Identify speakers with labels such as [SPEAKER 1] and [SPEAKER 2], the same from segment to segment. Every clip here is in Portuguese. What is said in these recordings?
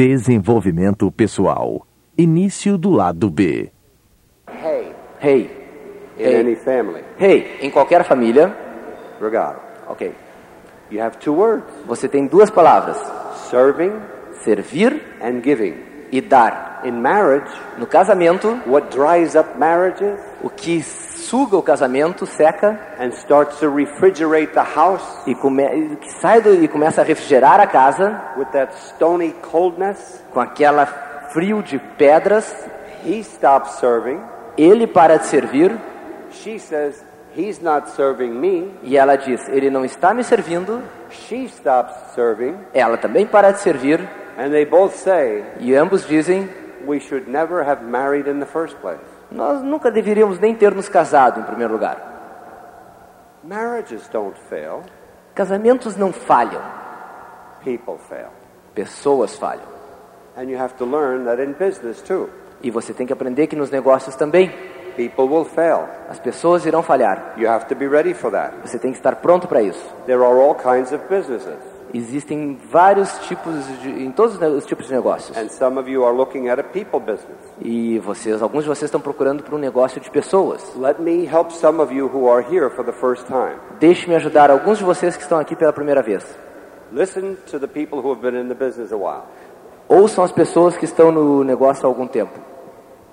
[SPEAKER 1] Desenvolvimento pessoal. Início do lado B.
[SPEAKER 2] Hey,
[SPEAKER 3] Rei.
[SPEAKER 2] in any family.
[SPEAKER 3] Rei, em qualquer família,
[SPEAKER 2] Regalo.
[SPEAKER 3] ok.
[SPEAKER 2] You have two words
[SPEAKER 3] Você tem duas palavras:
[SPEAKER 2] serving
[SPEAKER 3] servir
[SPEAKER 2] and giving.
[SPEAKER 3] e dar.
[SPEAKER 2] In marriage,
[SPEAKER 3] No casamento,
[SPEAKER 2] what dries up marriages
[SPEAKER 3] o que suga o casamento seca
[SPEAKER 2] and starts to refrigerate the house
[SPEAKER 3] e come- o que sai do, e começa a refrigerar a casa
[SPEAKER 2] with that stony coldness,
[SPEAKER 3] com aquela frio de pedras.
[SPEAKER 2] he stops serving.
[SPEAKER 3] Ele para de servir
[SPEAKER 2] She says, He's not serving me.
[SPEAKER 3] e ela diz: Ele não está me servindo.
[SPEAKER 2] She stops serving.
[SPEAKER 3] Ela também para de servir
[SPEAKER 2] And they both say,
[SPEAKER 3] e ambos dizem:
[SPEAKER 2] We should never have married in the first place.
[SPEAKER 3] Nós nunca deveríamos nem ter nos casado, em primeiro lugar.
[SPEAKER 2] Marriages don't fail,
[SPEAKER 3] Casamentos não falham,
[SPEAKER 2] people fail.
[SPEAKER 3] pessoas falham.
[SPEAKER 2] And you have to learn that in business too.
[SPEAKER 3] E você tem que aprender que nos negócios também
[SPEAKER 2] People will fail.
[SPEAKER 3] as pessoas irão falhar.
[SPEAKER 2] You have to be ready for that.
[SPEAKER 3] Você tem que estar pronto para isso.
[SPEAKER 2] There are all kinds of businesses,
[SPEAKER 3] Existem vários tipos de, em todos os ne- os tipos de negócios.
[SPEAKER 2] and some of you are looking at a people business.
[SPEAKER 3] E vocês, alguns de vocês estão procurando por um negócio de pessoas.
[SPEAKER 2] Let me help some of you who are here for the first time.
[SPEAKER 3] Deixe-me ajudar alguns de vocês que estão aqui pela primeira vez.
[SPEAKER 2] Listen to the people who have been in the business a while.
[SPEAKER 3] Ouçam as pessoas que estão no negócio há algum tempo.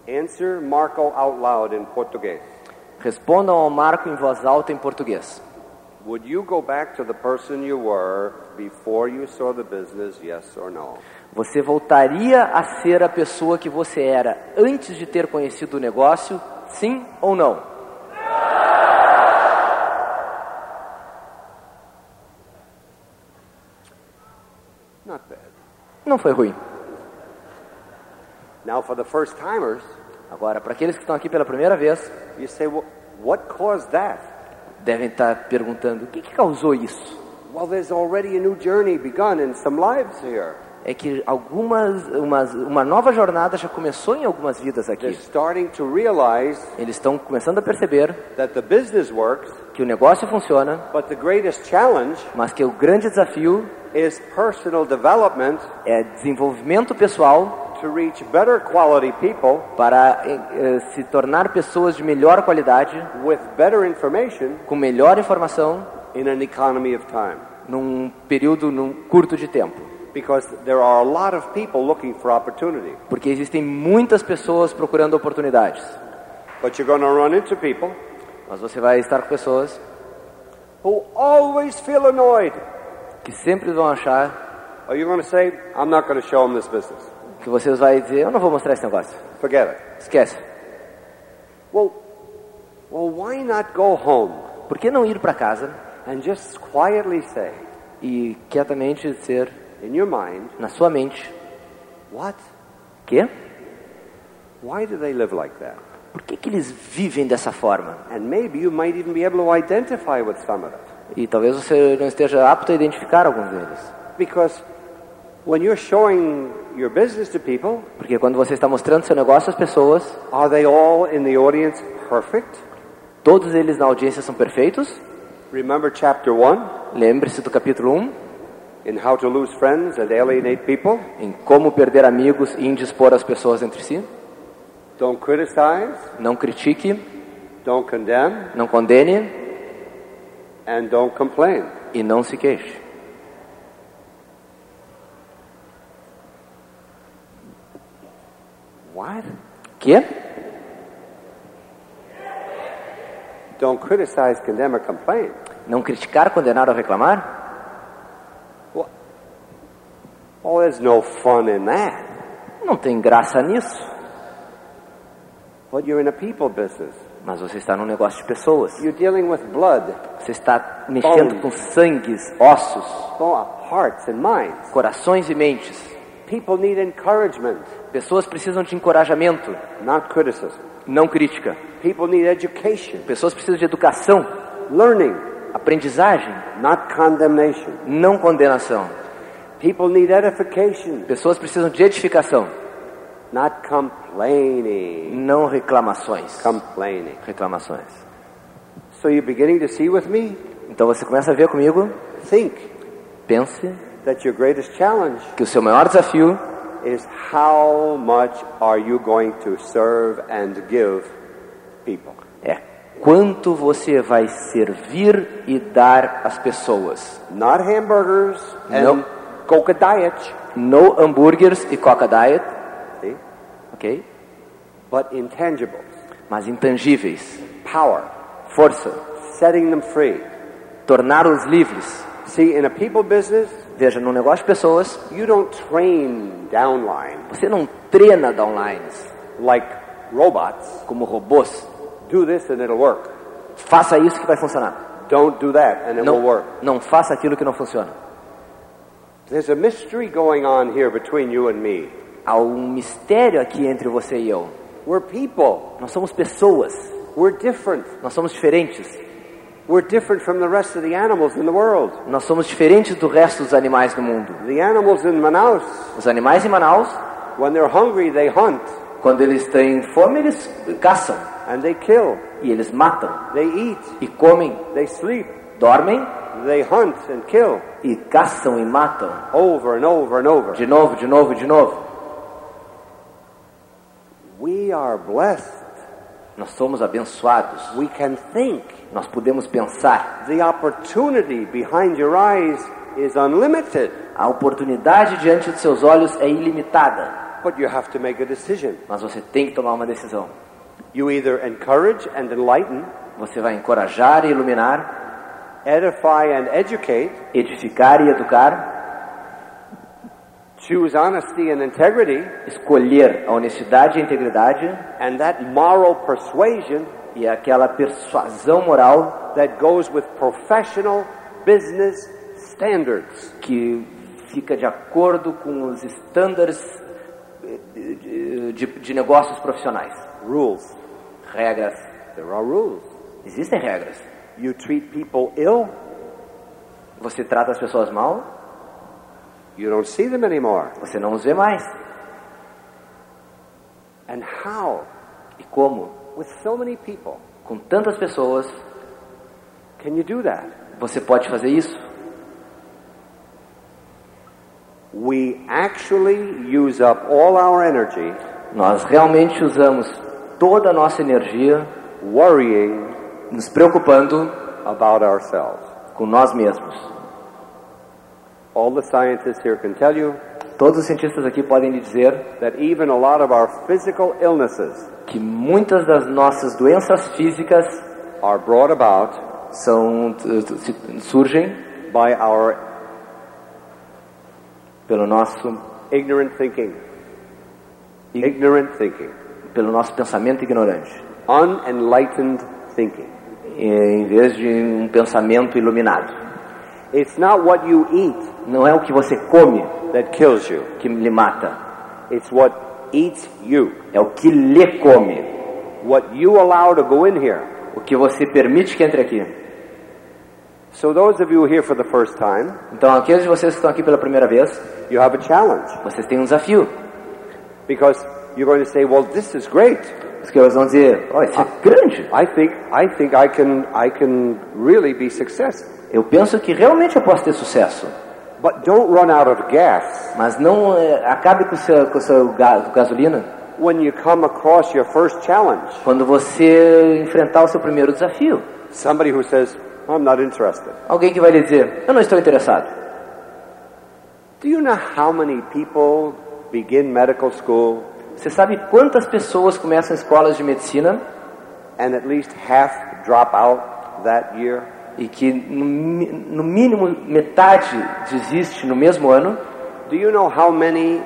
[SPEAKER 2] Answer Marco out loud in Portuguese.
[SPEAKER 3] Respondam ao Marco em voz alta em português.
[SPEAKER 2] Would you go back to the person you were before you saw the business, yes or no?
[SPEAKER 3] Você voltaria a ser a pessoa que você era antes de ter conhecido o negócio? Sim ou não?
[SPEAKER 2] Not bad.
[SPEAKER 3] Não foi ruim.
[SPEAKER 2] Now, for the first timers,
[SPEAKER 3] Agora, para aqueles que estão aqui pela primeira vez,
[SPEAKER 2] you say, well, what caused that?
[SPEAKER 3] devem estar perguntando: o que, que causou isso?
[SPEAKER 2] Well, there's already a new journey begun in some lives here.
[SPEAKER 3] É que algumas, umas, uma nova jornada já começou em algumas vidas
[SPEAKER 2] They're
[SPEAKER 3] aqui.
[SPEAKER 2] starting to realize
[SPEAKER 3] Eles estão começando a perceber
[SPEAKER 2] that the business works,
[SPEAKER 3] que o negócio funciona,
[SPEAKER 2] but the greatest challenge
[SPEAKER 3] mas que o grande desafio
[SPEAKER 2] is personal development
[SPEAKER 3] é desenvolvimento pessoal
[SPEAKER 2] to reach better quality people
[SPEAKER 3] para eh, eh, se tornar pessoas de melhor qualidade,
[SPEAKER 2] with better information
[SPEAKER 3] com melhor informação,
[SPEAKER 2] in an economy of time.
[SPEAKER 3] num período num curto de tempo,
[SPEAKER 2] Because there are a lot of people looking for opportunity.
[SPEAKER 3] porque existem muitas pessoas procurando oportunidades.
[SPEAKER 2] But you're going to run into people
[SPEAKER 3] Mas você vai estar com pessoas
[SPEAKER 2] who always feel annoyed.
[SPEAKER 3] que sempre vão achar
[SPEAKER 2] Are you going to say, I'm not going to show them this business?
[SPEAKER 3] que vocês vai dizer, eu não vou mostrar esse negócio.
[SPEAKER 2] Forget it.
[SPEAKER 3] Esquece.
[SPEAKER 2] Well, well, why not go home
[SPEAKER 3] Por que não ir para casa
[SPEAKER 2] and just quietly say
[SPEAKER 3] e quietamente dizer
[SPEAKER 2] in your mind,
[SPEAKER 3] na sua mente,
[SPEAKER 2] what?
[SPEAKER 3] que?
[SPEAKER 2] Why do they live like that?
[SPEAKER 3] Por que que eles vivem dessa forma?
[SPEAKER 2] And maybe you might even be able to identify with some of them.
[SPEAKER 3] E talvez você não esteja apto a identificar alguns deles.
[SPEAKER 2] Because when you're showing your business to people,
[SPEAKER 3] Porque quando você está mostrando seu negócio às pessoas,
[SPEAKER 2] are they all in the audience perfect?
[SPEAKER 3] todos eles na audiência são perfeitos.
[SPEAKER 2] Remember chapter 1
[SPEAKER 3] Lembre-se do capítulo 1,
[SPEAKER 2] in How to Lose Friends and Alienate People?
[SPEAKER 3] em como perder amigos e indispor as pessoas entre si.
[SPEAKER 2] Don't criticize,
[SPEAKER 3] Não critique,
[SPEAKER 2] don't condemn,
[SPEAKER 3] não condene
[SPEAKER 2] and don't complain.
[SPEAKER 3] e não se queixe.
[SPEAKER 2] What?
[SPEAKER 3] Que?
[SPEAKER 2] Don't criticize, condemn, or complain.
[SPEAKER 3] Não criticar, condenar ou reclamar?
[SPEAKER 2] Oh, there's no fun in that.
[SPEAKER 3] Não tem graça nisso.
[SPEAKER 2] But you're in a people business.
[SPEAKER 3] Mas você está num negócio de pessoas.
[SPEAKER 2] You're dealing with blood,
[SPEAKER 3] Você está mexendo com sangues, ossos,
[SPEAKER 2] oh, hearts, and minds.
[SPEAKER 3] corações e mentes.
[SPEAKER 2] People need encouragement,
[SPEAKER 3] Pessoas precisam de encorajamento,
[SPEAKER 2] not criticism.
[SPEAKER 3] não crítica.
[SPEAKER 2] People need education,
[SPEAKER 3] Pessoas precisam de educação,
[SPEAKER 2] learning,
[SPEAKER 3] aprendizagem,
[SPEAKER 2] not condemnation.
[SPEAKER 3] não condenação.
[SPEAKER 2] People need edification,
[SPEAKER 3] Pessoas precisam de edificação,
[SPEAKER 2] not complaining.
[SPEAKER 3] não reclamações.
[SPEAKER 2] Complaining.
[SPEAKER 3] Reclamações.
[SPEAKER 2] So you're beginning to see with me?
[SPEAKER 3] Então você começa a ver comigo,
[SPEAKER 2] Think
[SPEAKER 3] pense
[SPEAKER 2] that your greatest challenge
[SPEAKER 3] que o seu maior desafio
[SPEAKER 2] is how much are you going to serve and give people?
[SPEAKER 3] é quanto você vai servir e dar às pessoas.
[SPEAKER 2] Not hamburgers and
[SPEAKER 3] Nope.
[SPEAKER 2] coca diet,
[SPEAKER 3] No hambúrgueres e Coca Diet,
[SPEAKER 2] see?
[SPEAKER 3] ok?
[SPEAKER 2] but intangibles,
[SPEAKER 3] Mas intangíveis.
[SPEAKER 2] power,
[SPEAKER 3] Força.
[SPEAKER 2] setting them free.
[SPEAKER 3] Torná-los livres.
[SPEAKER 2] See, in a people business,
[SPEAKER 3] Veja, no negócio de pessoas,
[SPEAKER 2] you don't train downline
[SPEAKER 3] você não treina downlines
[SPEAKER 2] like robots.
[SPEAKER 3] como robôs.
[SPEAKER 2] Do this and it'll work.
[SPEAKER 3] Faça isso que vai funcionar.
[SPEAKER 2] Don't do that and it
[SPEAKER 3] Não,
[SPEAKER 2] will work.
[SPEAKER 3] não faça aquilo que não funciona.
[SPEAKER 2] There's a mystery going on here between you and me.
[SPEAKER 3] Há um mistério aqui entre você e eu.
[SPEAKER 2] We're people.
[SPEAKER 3] Nós somos pessoas.
[SPEAKER 2] We're different.
[SPEAKER 3] Nós somos diferentes.
[SPEAKER 2] We're different from the rest of the animals in the world.
[SPEAKER 3] Nós somos diferentes do resto dos animais do mundo.
[SPEAKER 2] The animals in Manaus,
[SPEAKER 3] Os animais em Manaus,
[SPEAKER 2] when they're hungry, they hunt
[SPEAKER 3] quando eles têm fome, eles caçam
[SPEAKER 2] and they kill.
[SPEAKER 3] e eles matam
[SPEAKER 2] They eat.
[SPEAKER 3] e comem,
[SPEAKER 2] They sleep.
[SPEAKER 3] dormem
[SPEAKER 2] They hunt and kill
[SPEAKER 3] e caçam e matam
[SPEAKER 2] over and over and over.
[SPEAKER 3] de novo, de novo, de novo.
[SPEAKER 2] We are blessed.
[SPEAKER 3] Nós somos abençoados.
[SPEAKER 2] We can think.
[SPEAKER 3] Nós podemos pensar.
[SPEAKER 2] The opportunity behind your eyes is unlimited,
[SPEAKER 3] A oportunidade diante dos seus olhos é ilimitada,
[SPEAKER 2] but you have to make a decision.
[SPEAKER 3] mas você tem que tomar uma decisão.
[SPEAKER 2] You either encourage and enlighten,
[SPEAKER 3] Você vai encorajar e iluminar,
[SPEAKER 2] edify and educate,
[SPEAKER 3] edificar e educar,
[SPEAKER 2] choose honesty and integrity,
[SPEAKER 3] escolher a honestidade e a integridade
[SPEAKER 2] and that moral persuasion
[SPEAKER 3] e aquela persuasão moral
[SPEAKER 2] that goes with professional business standards.
[SPEAKER 3] que fica de acordo com os estándares eh, de, de- de negócios profissionais.
[SPEAKER 2] Rules.
[SPEAKER 3] Regras.
[SPEAKER 2] There are rules.
[SPEAKER 3] Existem regras.
[SPEAKER 2] You treat people ill,
[SPEAKER 3] Você trata as pessoas mal,
[SPEAKER 2] you don't see them anymore.
[SPEAKER 3] você não os vê mais.
[SPEAKER 2] And how?
[SPEAKER 3] E como?
[SPEAKER 2] With so many people,
[SPEAKER 3] Com tantas pessoas,
[SPEAKER 2] can you do that?
[SPEAKER 3] você pode fazer isso?
[SPEAKER 2] We actually use up all our energy
[SPEAKER 3] Nós realmente usamos toda a nossa energia
[SPEAKER 2] worrying
[SPEAKER 3] nos preocupando
[SPEAKER 2] about ourselves.
[SPEAKER 3] com nós mesmos.
[SPEAKER 2] All the scientists here can tell you
[SPEAKER 3] Todos os cientistas aqui podem lhe dizer
[SPEAKER 2] that even a lot of our physical illnesses
[SPEAKER 3] que muitas das nossas doenças físicas
[SPEAKER 2] are brought about
[SPEAKER 3] são, se- surgem
[SPEAKER 2] by our
[SPEAKER 3] pelo nosso
[SPEAKER 2] ignorant thinking. Ignorant thinking.
[SPEAKER 3] pelo nosso pensamento ignorante, é,
[SPEAKER 2] Unenlightened thinking.
[SPEAKER 3] em vez de um pensamento iluminado.
[SPEAKER 2] It's not what you eat
[SPEAKER 3] Não é o que você come
[SPEAKER 2] that kills you.
[SPEAKER 3] que lhe mata,
[SPEAKER 2] It's what eats you.
[SPEAKER 3] é o que lhe come,
[SPEAKER 2] What you allow to go in here.
[SPEAKER 3] o que você permite que entre aqui.
[SPEAKER 2] So those of you here for the first time,
[SPEAKER 3] Então, aqueles de vocês que estão aqui pela primeira vez,
[SPEAKER 2] you have a challenge
[SPEAKER 3] vocês têm um desafio.
[SPEAKER 2] because you're going to say, "Well, this is great. Ah,
[SPEAKER 3] Os que eles vão dizer, ó, isso é grande.
[SPEAKER 2] I think I think I can I can really be successful."
[SPEAKER 3] Eu penso que realmente eu posso ter sucesso,
[SPEAKER 2] But don't run out of gas
[SPEAKER 3] mas não é, acabe com o seu, com o seu ga- gasolina
[SPEAKER 2] when you come across your first challenge.
[SPEAKER 3] quando você enfrentar o seu primeiro desafio.
[SPEAKER 2] Somebody who says, "I'm not interested."
[SPEAKER 3] Alguém que vai lhe dizer, eu não estou interessado.
[SPEAKER 2] Do you know how many people begin medical school
[SPEAKER 3] Você sabe quantas pessoas começam escolas de medicina
[SPEAKER 2] and at least half drop out that year?
[SPEAKER 3] e que no, mi- no mínimo metade desiste no mesmo ano.
[SPEAKER 2] Do you know how many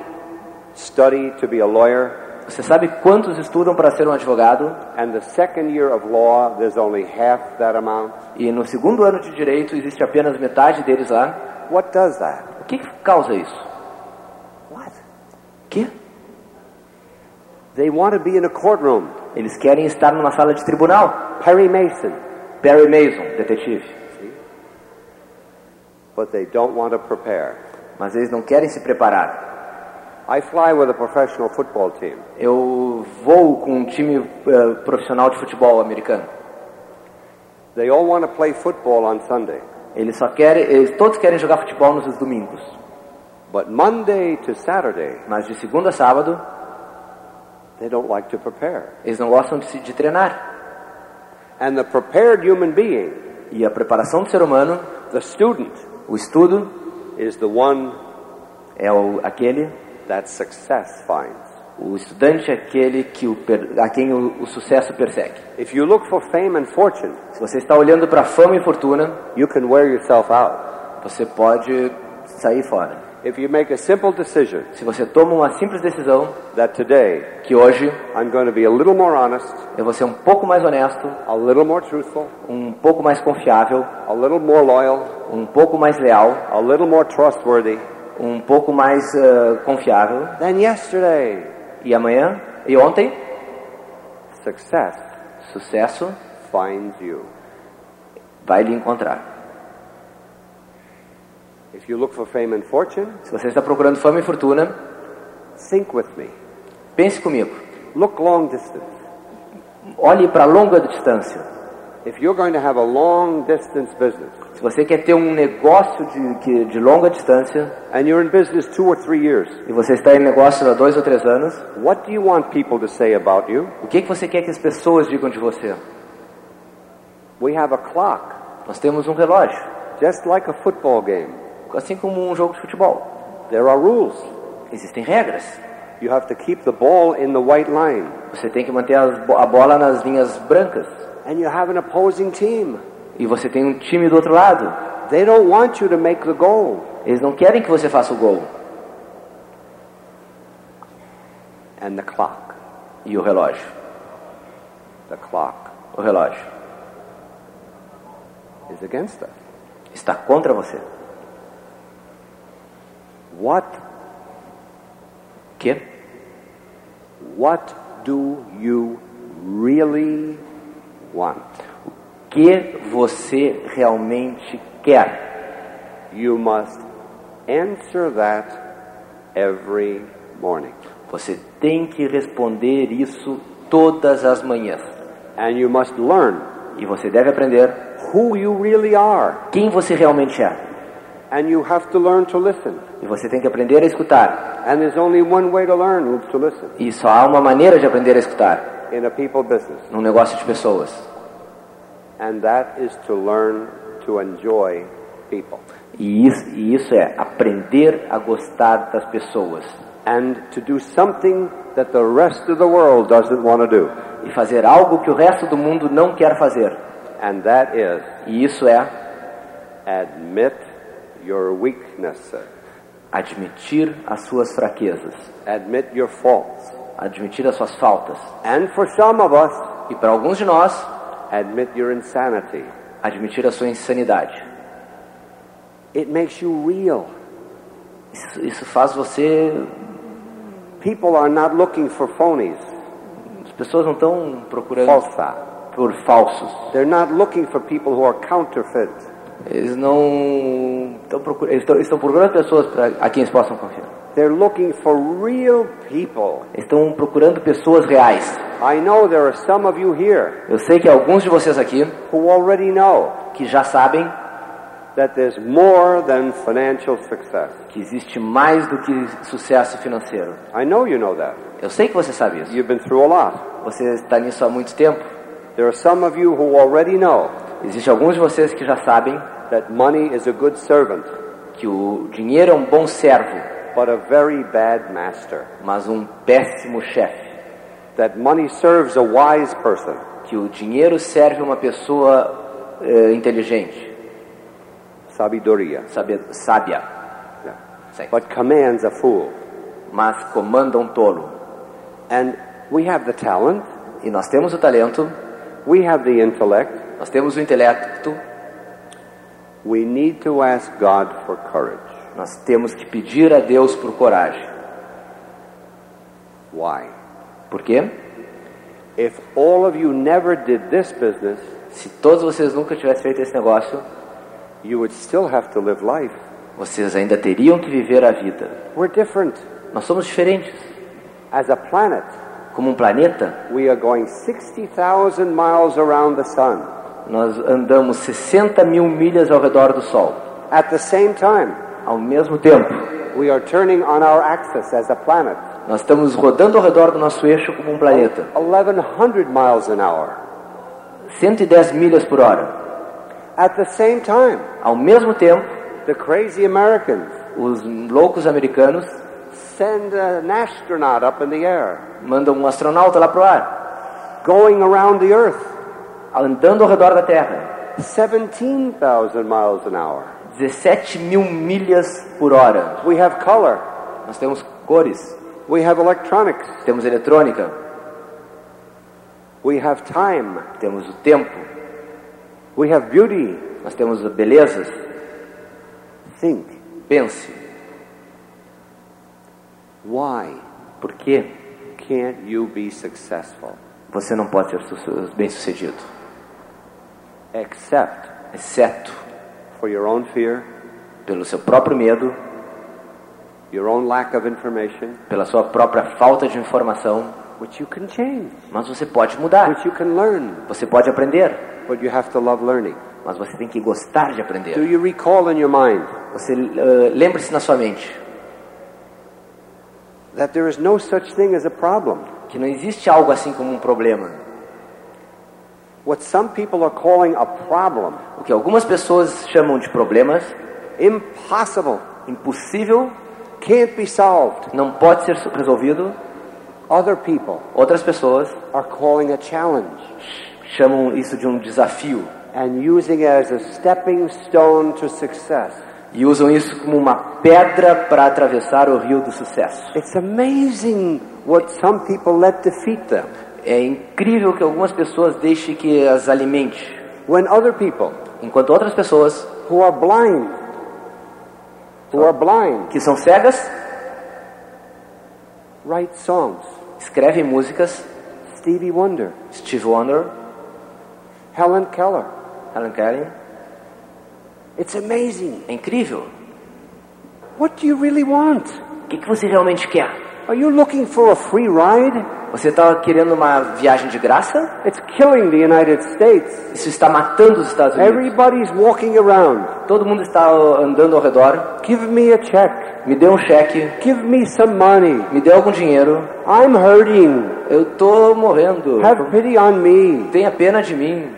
[SPEAKER 2] study to be a lawyer?
[SPEAKER 3] Você sabe quantos estudam para ser um advogado
[SPEAKER 2] And the second year of law, there's only half that amount.
[SPEAKER 3] e no segundo ano de direito existe apenas metade deles lá.
[SPEAKER 2] What does that?
[SPEAKER 3] O que que causa isso?
[SPEAKER 2] What?
[SPEAKER 3] Que
[SPEAKER 2] They want to be in a courtroom.
[SPEAKER 3] eles querem estar numa sala de tribunal.
[SPEAKER 2] Perry Mason.
[SPEAKER 3] Perry Mason, detetive.
[SPEAKER 2] But they don't want to prepare.
[SPEAKER 3] Mas eles não querem se preparar.
[SPEAKER 2] I fly with a professional football team.
[SPEAKER 3] Eu vou com um time eh, profissional de futebol americano.
[SPEAKER 2] They all want to play football on Sunday.
[SPEAKER 3] Eles só querem, eles todos querem jogar futebol nos domingos.
[SPEAKER 2] But Monday to Saturday,
[SPEAKER 3] Mas de segunda a sábado,
[SPEAKER 2] they don't like to prepare.
[SPEAKER 3] eles não gostam de, se- de treinar.
[SPEAKER 2] And the prepared human being,
[SPEAKER 3] E a preparação do ser humano,
[SPEAKER 2] the student,
[SPEAKER 3] o estudo,
[SPEAKER 2] is the one
[SPEAKER 3] é o, aquele,
[SPEAKER 2] that success finds.
[SPEAKER 3] o estudante é aquele que o, per- a quem o, o sucesso persegue.
[SPEAKER 2] If you look for fame and fortune,
[SPEAKER 3] Se você está olhando para fama e fortuna,
[SPEAKER 2] you can wear yourself out.
[SPEAKER 3] você pode sair fora.
[SPEAKER 2] If you make a simple decision
[SPEAKER 3] Se você toma uma simples decisão,
[SPEAKER 2] that today
[SPEAKER 3] que hoje
[SPEAKER 2] I'm going to be a little more honest,
[SPEAKER 3] eu vou ser um pouco mais honesto,
[SPEAKER 2] a little more truthful,
[SPEAKER 3] um pouco mais confiável,
[SPEAKER 2] a little more loyal,
[SPEAKER 3] um pouco mais leal,
[SPEAKER 2] a little more trustworthy
[SPEAKER 3] um pouco mais eh, confiável,
[SPEAKER 2] than yesterday,
[SPEAKER 3] e amanhã e ontem,
[SPEAKER 2] success
[SPEAKER 3] sucesso
[SPEAKER 2] finds you.
[SPEAKER 3] vai lhe encontrar.
[SPEAKER 2] If you look for fame and fortune,
[SPEAKER 3] Se você está procurando fama e fortuna,
[SPEAKER 2] think with me.
[SPEAKER 3] pense comigo.
[SPEAKER 2] Look long distance.
[SPEAKER 3] Olhe para longa distância.
[SPEAKER 2] If you're going to have a long distance business
[SPEAKER 3] Se você quer ter um negócio de, que- de longa distância
[SPEAKER 2] and you're in business two or three years,
[SPEAKER 3] e você está em negócio há dois ou três anos,
[SPEAKER 2] what do you want people to say about you?
[SPEAKER 3] o que, que você quer que as pessoas digam de você?
[SPEAKER 2] We have a clock,
[SPEAKER 3] Nós temos um relógio,
[SPEAKER 2] just like a football game.
[SPEAKER 3] assim como um jogo de futebol.
[SPEAKER 2] There are rules.
[SPEAKER 3] Existem regras.
[SPEAKER 2] You have to keep the ball in the white line.
[SPEAKER 3] Você tem que manter as bo- a bola nas linhas brancas.
[SPEAKER 2] And you have an opposing team.
[SPEAKER 3] E você tem um time do outro lado.
[SPEAKER 2] They don't want you to make the goal.
[SPEAKER 3] Eles não querem que você faça o gol.
[SPEAKER 2] And the clock.
[SPEAKER 3] E o relógio.
[SPEAKER 2] The clock
[SPEAKER 3] O relógio
[SPEAKER 2] is against us.
[SPEAKER 3] está contra você.
[SPEAKER 2] What
[SPEAKER 3] Que?
[SPEAKER 2] what do you really want?
[SPEAKER 3] que você realmente quer.
[SPEAKER 2] You must answer that every morning.
[SPEAKER 3] Você tem que responder isso todas as manhãs.
[SPEAKER 2] And you must learn
[SPEAKER 3] E você deve aprender
[SPEAKER 2] who you really are.
[SPEAKER 3] quem você realmente é.
[SPEAKER 2] And you have to learn to listen.
[SPEAKER 3] E você tem que aprender a escutar.
[SPEAKER 2] And there's only one way to learn is to listen
[SPEAKER 3] E só há uma maneira de aprender a escutar
[SPEAKER 2] in a people business.
[SPEAKER 3] num negócio de pessoas.
[SPEAKER 2] And that is to learn to enjoy people
[SPEAKER 3] E isso, e isso é aprender a gostar das pessoas
[SPEAKER 2] and to do something that the rest of the world doesn't want to do.
[SPEAKER 3] e fazer algo que o resto do mundo não quer fazer.
[SPEAKER 2] And that is
[SPEAKER 3] E isso é
[SPEAKER 2] admit your weaknesses,
[SPEAKER 3] admitir as suas fraquezas,
[SPEAKER 2] admit your faults.
[SPEAKER 3] admitir as suas faltas.
[SPEAKER 2] And for some of us,
[SPEAKER 3] E para alguns de nós,
[SPEAKER 2] admit your insanity.
[SPEAKER 3] admitir a sua insanidade.
[SPEAKER 2] It makes you real.
[SPEAKER 3] Isso, isso faz você.
[SPEAKER 2] People are not looking for phonies,
[SPEAKER 3] As pessoas não estão procurando
[SPEAKER 2] falsa.
[SPEAKER 3] por falsos.
[SPEAKER 2] They're not looking for people who are counterfeit.
[SPEAKER 3] Eles não estão procurando. Eles estão, estão procurando pessoas pra, a quem eles possam confiar.
[SPEAKER 2] They're looking for real people.
[SPEAKER 3] Eles estão procurando pessoas reais.
[SPEAKER 2] I know there are some of you here
[SPEAKER 3] Eu sei que alguns de vocês aqui
[SPEAKER 2] who already know
[SPEAKER 3] que já sabem
[SPEAKER 2] that there's more than financial success.
[SPEAKER 3] que existe mais do que sucesso financeiro.
[SPEAKER 2] I know you know that.
[SPEAKER 3] Eu sei que você sabe isso.
[SPEAKER 2] You've been through a lot.
[SPEAKER 3] Você está nisso há muito tempo.
[SPEAKER 2] There are some of you who already know
[SPEAKER 3] Existem alguns de vocês que já sabem
[SPEAKER 2] that money is a good servant,
[SPEAKER 3] que o dinheiro é um bom servo,
[SPEAKER 2] but a very bad master.
[SPEAKER 3] mas um péssimo chefe.
[SPEAKER 2] That money serves a wise person,
[SPEAKER 3] que o dinheiro serve uma pessoa eh, inteligente,
[SPEAKER 2] sabiduria,
[SPEAKER 3] sabe- sábia,
[SPEAKER 2] yeah,
[SPEAKER 3] Sim.
[SPEAKER 2] but commands a fool.
[SPEAKER 3] mas comanda um tolo.
[SPEAKER 2] And we have the talent,
[SPEAKER 3] E nós temos o talento,
[SPEAKER 2] we have the intellect.
[SPEAKER 3] nós temos o intelecto,
[SPEAKER 2] We need to ask God for courage.
[SPEAKER 3] nós temos que pedir a Deus por coragem.
[SPEAKER 2] Why?
[SPEAKER 3] Por quê?
[SPEAKER 2] If all of you never did this business,
[SPEAKER 3] Se todos vocês nunca tivessem feito esse negócio,
[SPEAKER 2] you would still have to live life.
[SPEAKER 3] vocês ainda teriam que viver a vida.
[SPEAKER 2] We're different.
[SPEAKER 3] Nós somos diferentes.
[SPEAKER 2] As a planet,
[SPEAKER 3] Como um planeta,
[SPEAKER 2] we are going 60,000 miles around the sun
[SPEAKER 3] nós andamos 60 mil milhas ao redor do Sol,
[SPEAKER 2] at the same time.
[SPEAKER 3] ao mesmo tempo.
[SPEAKER 2] we are turning on our axis as a planet
[SPEAKER 3] Nós estamos rodando ao redor do nosso eixo como um planeta.
[SPEAKER 2] 1100 miles an hour.
[SPEAKER 3] 110 milhas por hora.
[SPEAKER 2] At the same time,
[SPEAKER 3] Ao mesmo tempo,
[SPEAKER 2] the crazy Americans
[SPEAKER 3] os loucos americanos
[SPEAKER 2] send an astronaut up in the air,
[SPEAKER 3] mandam um astronauta lá pro ar,
[SPEAKER 2] going around the Earth
[SPEAKER 3] andando ao redor da Terra.
[SPEAKER 2] 17,000 miles an hour.
[SPEAKER 3] 17 mil milhas por hora.
[SPEAKER 2] We have color,
[SPEAKER 3] Nós temos cores,
[SPEAKER 2] we have electronics,
[SPEAKER 3] temos eletrônica,
[SPEAKER 2] we have time,
[SPEAKER 3] temos o tempo,
[SPEAKER 2] we have beauty.
[SPEAKER 3] nós temos belezas.
[SPEAKER 2] Think
[SPEAKER 3] Pense,
[SPEAKER 2] why
[SPEAKER 3] por que
[SPEAKER 2] can't you be successful?
[SPEAKER 3] você não pode ser su- bem sucedido?
[SPEAKER 2] Except
[SPEAKER 3] Exceto
[SPEAKER 2] for your own fear,
[SPEAKER 3] pelo seu próprio medo,
[SPEAKER 2] your own lack of information,
[SPEAKER 3] pela sua própria falta de informação.
[SPEAKER 2] which you can change,
[SPEAKER 3] Mas você pode mudar,
[SPEAKER 2] which you can learn,
[SPEAKER 3] você pode aprender,
[SPEAKER 2] but you have to love learning.
[SPEAKER 3] mas você tem que gostar de
[SPEAKER 2] Do
[SPEAKER 3] aprender.
[SPEAKER 2] you recall in your mind
[SPEAKER 3] Você eh, lembre-se na sua mente
[SPEAKER 2] that there is no such thing as a problem?
[SPEAKER 3] que não existe algo assim como um problema.
[SPEAKER 2] What some people are calling a problem,
[SPEAKER 3] O que algumas pessoas chamam de problemas
[SPEAKER 2] impossible,
[SPEAKER 3] impossível,
[SPEAKER 2] can't be solved.
[SPEAKER 3] não pode ser su- resolvido.
[SPEAKER 2] Other people
[SPEAKER 3] Outras pessoas
[SPEAKER 2] are calling a challenge
[SPEAKER 3] chamam isso de um desafio
[SPEAKER 2] and using it as a stepping stone to success.
[SPEAKER 3] e usam isso como uma pedra para atravessar o rio do sucesso.
[SPEAKER 2] It's amazing what some people let defeat them
[SPEAKER 3] É incrível que algumas pessoas deixem que as alimente,
[SPEAKER 2] when other people
[SPEAKER 3] enquanto outras pessoas
[SPEAKER 2] who are blind, who are blind,
[SPEAKER 3] que são cegas
[SPEAKER 2] write songs.
[SPEAKER 3] escrevem músicas.
[SPEAKER 2] Stevie Wonder,
[SPEAKER 3] Steve Wonder,
[SPEAKER 2] Helen Keller.
[SPEAKER 3] Helen Keller.
[SPEAKER 2] It's amazing.
[SPEAKER 3] É incrível.
[SPEAKER 2] What do you really want?
[SPEAKER 3] O que, que você realmente quer?
[SPEAKER 2] Are you looking for a free ride?
[SPEAKER 3] Você está querendo uma viagem de graça?
[SPEAKER 2] It's killing the United States.
[SPEAKER 3] Isso está matando os Estados Unidos.
[SPEAKER 2] Everybody's walking around.
[SPEAKER 3] Todo mundo está ó, andando ao redor.
[SPEAKER 2] Give me a check.
[SPEAKER 3] Me dê um cheque,
[SPEAKER 2] Give me some money.
[SPEAKER 3] me dê algum dinheiro.
[SPEAKER 2] I'm hurting.
[SPEAKER 3] Eu tô morrendo.
[SPEAKER 2] Have pity on me.
[SPEAKER 3] Tenha pena de mim.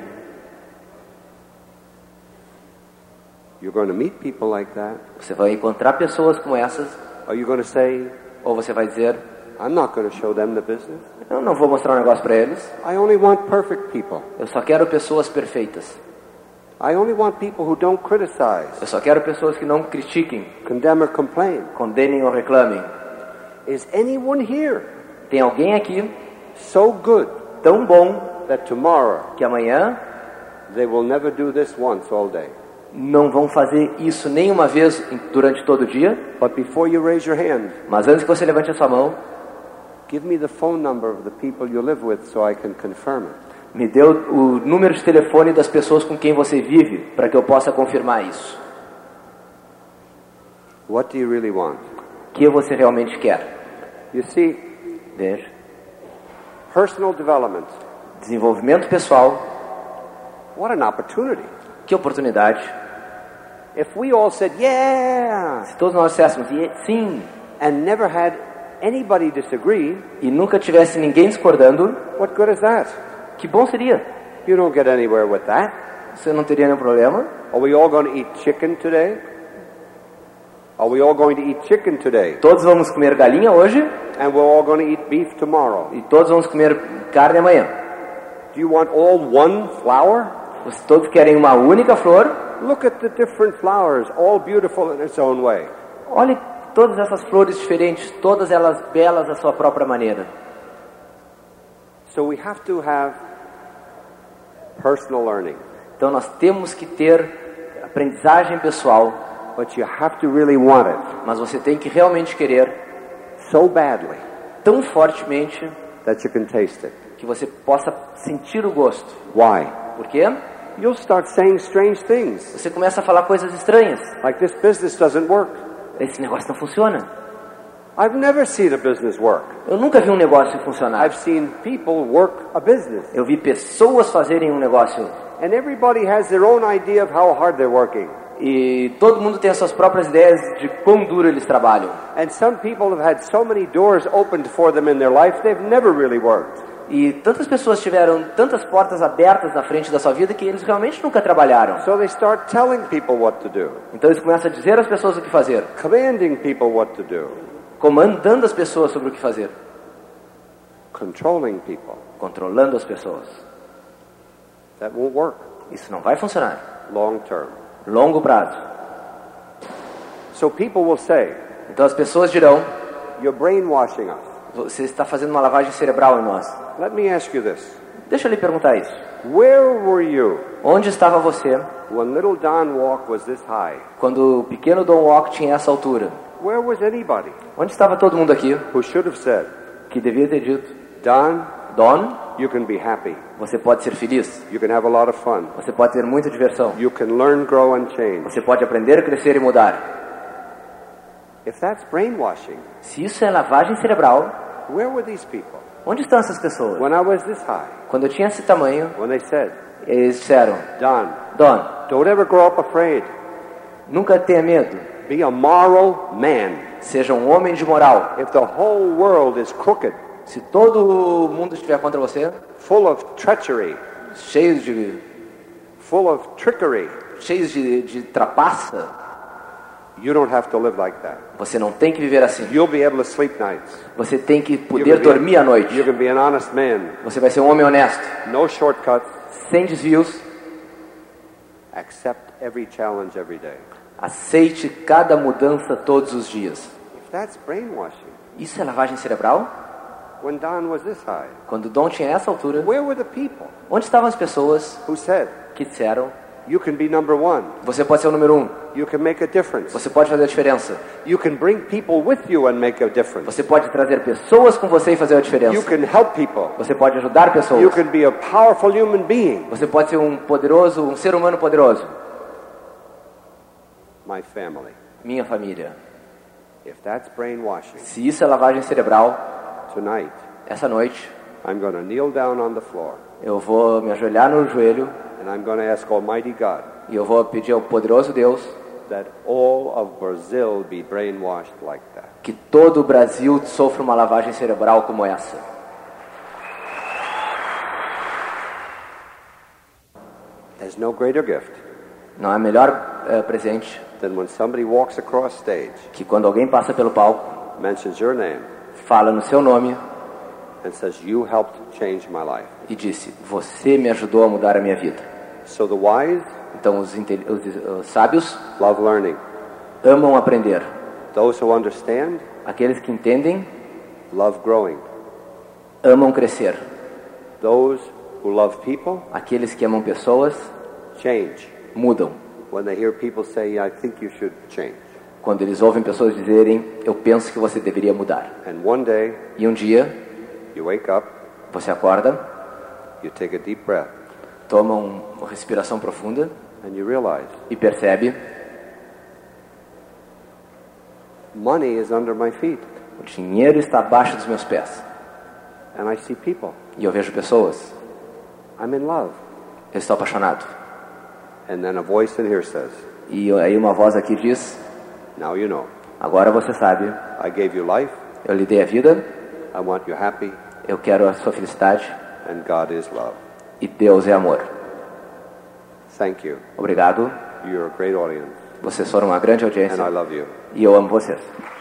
[SPEAKER 2] You're going to meet people like that.
[SPEAKER 3] Você vai encontrar pessoas como essas,
[SPEAKER 2] Are you going to say,
[SPEAKER 3] ou você vai dizer:
[SPEAKER 2] I'm not going to show them the business?
[SPEAKER 3] Eu não vou mostrar um negócio para eles.
[SPEAKER 2] I only want perfect people.
[SPEAKER 3] Eu só quero pessoas perfeitas.
[SPEAKER 2] I only want people who don't criticize,
[SPEAKER 3] Eu só quero pessoas que não critiquem,
[SPEAKER 2] condemn, or complain.
[SPEAKER 3] condenem ou reclamem.
[SPEAKER 2] Is anyone here
[SPEAKER 3] Tem alguém aqui
[SPEAKER 2] so good
[SPEAKER 3] tão bom
[SPEAKER 2] that tomorrow
[SPEAKER 3] que amanhã
[SPEAKER 2] they will never do this once all day?
[SPEAKER 3] não vão fazer isso nenhuma vez em- durante todo o dia,
[SPEAKER 2] But before you raise your hand,
[SPEAKER 3] mas antes que você levante a sua mão,
[SPEAKER 2] give me the phone number of the people you live with so I can confirm it.
[SPEAKER 3] me dê o, o número de telefone das pessoas com quem você vive, para que eu possa confirmar isso.
[SPEAKER 2] What do you really want?
[SPEAKER 3] O que você realmente quer?
[SPEAKER 2] You see,
[SPEAKER 3] Veja.
[SPEAKER 2] personal development.
[SPEAKER 3] Desenvolvimento pessoal,
[SPEAKER 2] What an opportunity.
[SPEAKER 3] que oportunidade.
[SPEAKER 2] If we all said, yeah,
[SPEAKER 3] Se todos nós disséssemos "E- é, sim
[SPEAKER 2] and never had anybody disagree,
[SPEAKER 3] e nunca tivesse ninguém discordando,
[SPEAKER 2] what good is that?
[SPEAKER 3] que bom seria.
[SPEAKER 2] You don't get anywhere with that.
[SPEAKER 3] Você não teria nenhum problema.
[SPEAKER 2] Are we all going to eat chicken today? Are we all going to eat chicken today?
[SPEAKER 3] Todos vamos comer galinha hoje
[SPEAKER 2] And we're all going to eat beef tomorrow.
[SPEAKER 3] e todos vamos comer carne amanhã.
[SPEAKER 2] Do you want all one flower?
[SPEAKER 3] Vocês todos querem uma única flor
[SPEAKER 2] Look at the different flowers, all beautiful in its own way.
[SPEAKER 3] Olhe todas essas flores diferentes, todas elas belas à sua própria maneira.
[SPEAKER 2] So we have to have personal learning,
[SPEAKER 3] Então nós temos que ter aprendizagem pessoal,
[SPEAKER 2] but you have to really want it
[SPEAKER 3] mas você tem que realmente querer
[SPEAKER 2] so badly
[SPEAKER 3] tão fortemente
[SPEAKER 2] that you can taste it.
[SPEAKER 3] que você possa sentir o gosto.
[SPEAKER 2] Why?
[SPEAKER 3] Por quê?
[SPEAKER 2] You'll start saying strange things,
[SPEAKER 3] Você começa a falar coisas estranhas.
[SPEAKER 2] like this business doesn't work.
[SPEAKER 3] Esse negócio não funciona.
[SPEAKER 2] I've never seen a business work.
[SPEAKER 3] Eu nunca vi um negócio funcionar.
[SPEAKER 2] I've seen people work a business,
[SPEAKER 3] Eu vi pessoas fazerem um negócio
[SPEAKER 2] and everybody has their own idea of how hard they're working.
[SPEAKER 3] E todo mundo tem as suas próprias ideias de quão duro eles trabalham.
[SPEAKER 2] And some people have had so many doors opened for them in their life, they've never really worked.
[SPEAKER 3] E tantas pessoas tiveram tantas portas abertas na frente da sua vida que eles realmente nunca trabalharam.
[SPEAKER 2] So they start telling people what to do,
[SPEAKER 3] Então eles começam a dizer às pessoas o que fazer,
[SPEAKER 2] commanding people what to do,
[SPEAKER 3] comandando as pessoas sobre o que fazer,
[SPEAKER 2] controlling people.
[SPEAKER 3] controlando as pessoas.
[SPEAKER 2] That won't work
[SPEAKER 3] Isso não vai funcionar.
[SPEAKER 2] long term.
[SPEAKER 3] Longo prazo.
[SPEAKER 2] So people will say,
[SPEAKER 3] Então as pessoas dirão:
[SPEAKER 2] You're brainwashing us.
[SPEAKER 3] você está fazendo uma lavagem cerebral em nós.
[SPEAKER 2] Let me ask you this
[SPEAKER 3] Deixa eu lhe perguntar isso.
[SPEAKER 2] Where were you
[SPEAKER 3] Onde estava você
[SPEAKER 2] when little Don Walk was this high?
[SPEAKER 3] quando o pequeno Don Walk tinha essa altura?
[SPEAKER 2] Where was anybody
[SPEAKER 3] Onde estava todo mundo aqui
[SPEAKER 2] who should have said,
[SPEAKER 3] que devia ter dito:
[SPEAKER 2] Don,
[SPEAKER 3] Don,
[SPEAKER 2] you can be happy,
[SPEAKER 3] você pode ser feliz,
[SPEAKER 2] you can have a lot of fun,
[SPEAKER 3] você pode ter muita diversão,
[SPEAKER 2] you can learn, grow, and change?
[SPEAKER 3] você pode aprender, crescer e mudar.
[SPEAKER 2] If that's brainwashing,
[SPEAKER 3] Se isso é lavagem cerebral,
[SPEAKER 2] where were these people
[SPEAKER 3] onde estão essas pessoas?
[SPEAKER 2] when I was this high?
[SPEAKER 3] Quando eu tinha esse tamanho,
[SPEAKER 2] When they said,
[SPEAKER 3] eles disseram:
[SPEAKER 2] Don,
[SPEAKER 3] Don,
[SPEAKER 2] don't ever grow up afraid,
[SPEAKER 3] nunca tenha medo,
[SPEAKER 2] be a moral man.
[SPEAKER 3] seja um homem de moral.
[SPEAKER 2] If the whole world is crooked,
[SPEAKER 3] Se todo mundo estiver contra você,
[SPEAKER 2] full of treachery,
[SPEAKER 3] cheios de
[SPEAKER 2] full of trickery,
[SPEAKER 3] cheios de, de trapaça,
[SPEAKER 2] you don't have to live like that.
[SPEAKER 3] você não tem que viver assim.
[SPEAKER 2] You'll be able to sleep nights.
[SPEAKER 3] Você tem que
[SPEAKER 2] You
[SPEAKER 3] poder
[SPEAKER 2] can be-
[SPEAKER 3] dormir à noite.
[SPEAKER 2] You can be an honest man.
[SPEAKER 3] Você vai ser um homem honesto,
[SPEAKER 2] No shortcuts.
[SPEAKER 3] sem desvios.
[SPEAKER 2] Accept every challenge every day.
[SPEAKER 3] Aceite cada mudança todos os dias.
[SPEAKER 2] If that's brainwashing,
[SPEAKER 3] Isso é lavagem cerebral?
[SPEAKER 2] when Don was this high,
[SPEAKER 3] Quando o Dom tinha essa altura,
[SPEAKER 2] where were the people
[SPEAKER 3] onde estavam as pessoas
[SPEAKER 2] who said,
[SPEAKER 3] que disseram:
[SPEAKER 2] you can be number one,
[SPEAKER 3] Você pode ser o número um,
[SPEAKER 2] you can make a difference,
[SPEAKER 3] você pode fazer a diferença,
[SPEAKER 2] you can bring people with you and make a difference,
[SPEAKER 3] você pode trazer pessoas com você e fazer a
[SPEAKER 2] you
[SPEAKER 3] diferença,
[SPEAKER 2] can help people,
[SPEAKER 3] você pode ajudar
[SPEAKER 2] you
[SPEAKER 3] pessoas,
[SPEAKER 2] can be a powerful human being?
[SPEAKER 3] você pode ser um poderoso, um ser humano poderoso?
[SPEAKER 2] My family.
[SPEAKER 3] Minha família.
[SPEAKER 2] If that's brainwashing,
[SPEAKER 3] Se isso é lavagem cerebral,
[SPEAKER 2] tonight
[SPEAKER 3] essa noite
[SPEAKER 2] I'm going to kneel down on the floor
[SPEAKER 3] eu vou me ajoelhar no joelho
[SPEAKER 2] and I'm going to ask Almighty God
[SPEAKER 3] e eu vou pedir ao poderoso Deus
[SPEAKER 2] that all of Brazil be brainwashed like that.
[SPEAKER 3] que todo o Brasil sofra uma lavagem cerebral como essa.
[SPEAKER 2] There's no greater gift
[SPEAKER 3] Não é melhor eh, presente
[SPEAKER 2] than when somebody walks across stage,
[SPEAKER 3] que quando alguém passa pelo palco,
[SPEAKER 2] mentions your name,
[SPEAKER 3] fala no seu nome
[SPEAKER 2] and says, You helped change my life.
[SPEAKER 3] e disse: Você me ajudou a mudar a minha vida.
[SPEAKER 2] So the wise
[SPEAKER 3] Então os, inte- os, os sábios
[SPEAKER 2] love learning.
[SPEAKER 3] amam aprender.
[SPEAKER 2] Those who understand
[SPEAKER 3] Aqueles que entendem
[SPEAKER 2] love growing.
[SPEAKER 3] amam crescer.
[SPEAKER 2] Those who love people
[SPEAKER 3] Aqueles que amam pessoas
[SPEAKER 2] change.
[SPEAKER 3] mudam.
[SPEAKER 2] When they hear people say, I think you should change.
[SPEAKER 3] Quando eles ouvem pessoas dizerem: Eu penso que você deveria mudar.
[SPEAKER 2] And one day,
[SPEAKER 3] E um dia
[SPEAKER 2] you wake up,
[SPEAKER 3] você acorda,
[SPEAKER 2] you take a deep breath,
[SPEAKER 3] toma um- uma respiração profunda
[SPEAKER 2] and you realize
[SPEAKER 3] e percebe:
[SPEAKER 2] money is under my feet,
[SPEAKER 3] O dinheiro está abaixo dos meus pés.
[SPEAKER 2] and I see people.
[SPEAKER 3] E eu vejo pessoas,
[SPEAKER 2] I'm in love.
[SPEAKER 3] eu estou apaixonado.
[SPEAKER 2] And then a voice in here says,
[SPEAKER 3] E aí uma voz aqui diz:
[SPEAKER 2] Now you know.
[SPEAKER 3] Agora você sabe,
[SPEAKER 2] I gave you life.
[SPEAKER 3] eu lhe dei a vida,
[SPEAKER 2] I want you happy.
[SPEAKER 3] eu quero a sua felicidade
[SPEAKER 2] And God is love.
[SPEAKER 3] e Deus é amor.
[SPEAKER 2] Thank you.
[SPEAKER 3] Obrigado,
[SPEAKER 2] You're a great audience.
[SPEAKER 3] vocês foram uma grande
[SPEAKER 2] And
[SPEAKER 3] audiência
[SPEAKER 2] I love you.
[SPEAKER 3] e eu amo vocês.